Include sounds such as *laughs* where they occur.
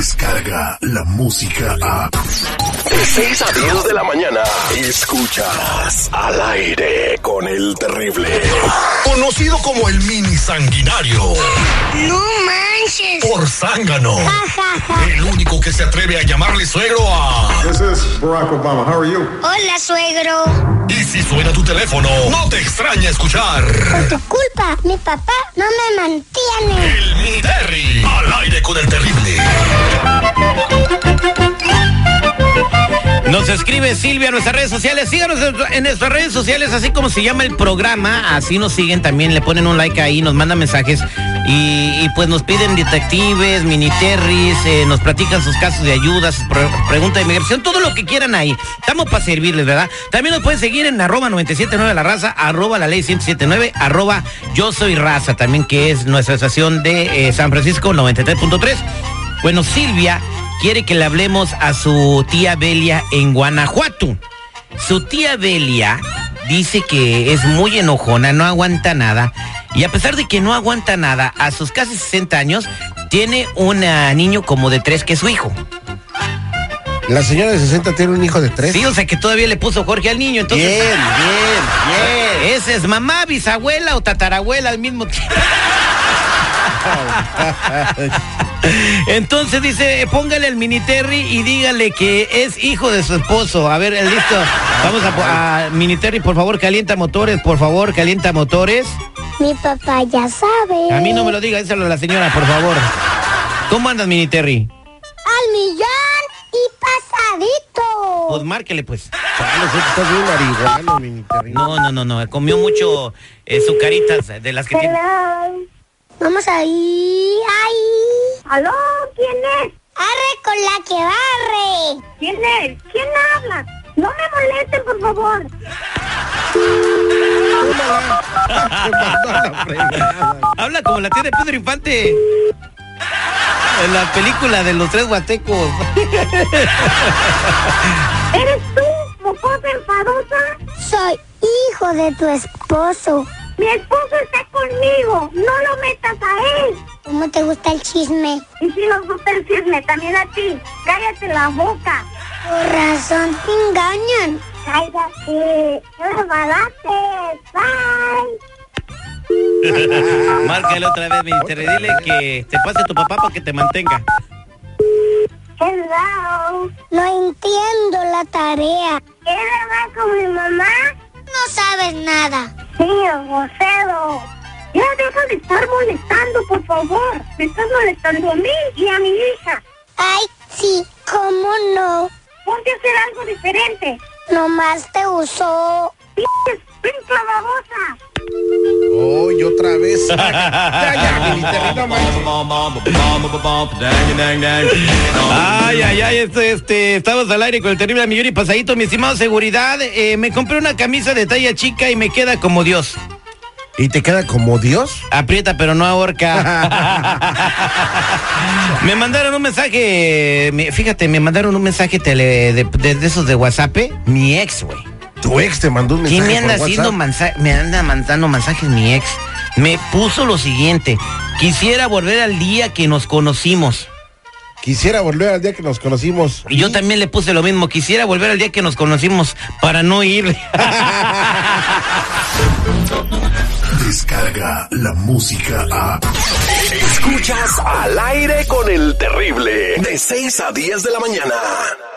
Escucha la música a. De 6 a 10 de la mañana. Escuchas al aire con el terrible. Conocido como el mini sanguinario. No manches. Por zángano. el único que se atreve a llamarle suegro a. This is Barack Obama. How are you? Hola, suegro. Y si suena tu teléfono, no te extraña escuchar. Por tu culpa, mi papá no me mantiene. El mini Terry. Al aire con el terrible. Nos escribe Silvia en nuestras redes sociales. Síganos en- en nuestras redes sociales, así como se llama el programa. Así nos siguen también, le ponen un like ahí, nos mandan mensajes. Y, y, pues nos piden detectives, mini terris, eh, nos platican sus casos de ayuda, sus pre- preguntas de inmigración, todo lo que quieran ahí. Estamos para servirles, ¿verdad? También nos pueden seguir en arroba 979 la raza, arroba la ley 1079, arroba yo soy raza, también que es nuestra estación de eh, San Francisco 93.3. Bueno, Silvia quiere que le hablemos a su tía Belia en Guanajuato. Su tía Belia dice que es muy enojona, no aguanta nada. Y a pesar de que no aguanta nada, a sus casi 60 años, tiene un ah, niño como de tres que es su hijo. La señora de 60 tiene un hijo de 3. Sí, o sea que todavía le puso Jorge al niño, entonces... Bien, bien, bien. Esa es mamá, bisabuela o tatarabuela al mismo *laughs* tiempo. Entonces dice, eh, póngale al mini Terry y dígale que es hijo de su esposo. A ver, eh, listo. Vamos a, po- a mini Terry, por favor, calienta motores, por favor, calienta motores. Mi papá ya sabe. A mí no me lo diga, díselo a la señora, por favor. ¿Cómo andas, mini Terry? Al millón y Pues pasadito. márquele, pues. Chale, sí, ¿eh? estás bien marihuano, mi Terry. No, no, no, no. Comió mucho eh, sucaritas eh, de las que tiene. Hello. Vamos ahí. Ahí. ¿Aló? ¿Quién es? Arre con la que barre. ¿Quién es? ¿Quién habla? No me molesten, por favor. *laughs* Te mandó a la fregada. Habla como la tía de Pedro Infante. En la película de los tres guatecos. ¿Eres tú, mocosa enfadosa? Soy hijo de tu esposo. Mi esposo está conmigo. No lo metas a él. ¿Cómo te gusta el chisme? Y si nos gusta el chisme, también a ti. Cállate la boca. Por razón te engañan. Cállate. No me balaste. Bye. Márcale otra vez, Mister. Dile que te pase tu papá para que te mantenga. Hello. No entiendo la tarea. ¿Quieres hablar con mi mamá? No sabes nada. Sí, vocero. Ya deja de estar molestando, por favor. Me estás molestando a mí y a mi hija. Ay, sí, ¿cómo no? Ponte a hacer algo diferente. Nomás te usó. ¡Pinche pinta babosa! Oh, y otra vez. Ya, ya, mi Terry, *laughs* no manches. Ay, ay, ay, este, este, estamos al aire con el terrible millón y pasadito, mi estimado seguridad. Eh, me compré una camisa de talla chica y me queda como Dios. ¿Y te queda como Dios? Aprieta, pero no *laughs* ahorca. me mandaron un mensaje, me- fíjate, me mandaron un mensaje tele- de, de- de esos de WhatsApp, eh, mi ex, güey. Tu ex te mandó un mensaje. ¿Quién me anda por haciendo WhatsApp. mansa- me anda mandando mensajes mi ex? Me puso lo siguiente. Quisiera volver al día que nos conocimos. Quisiera volver al día que nos conocimos. Y yo también le puse lo mismo. Quisiera volver al día que nos conocimos para no ir. Descarga la música a. Escuchas al aire con el terrible. De 6 a 10 de la mañana.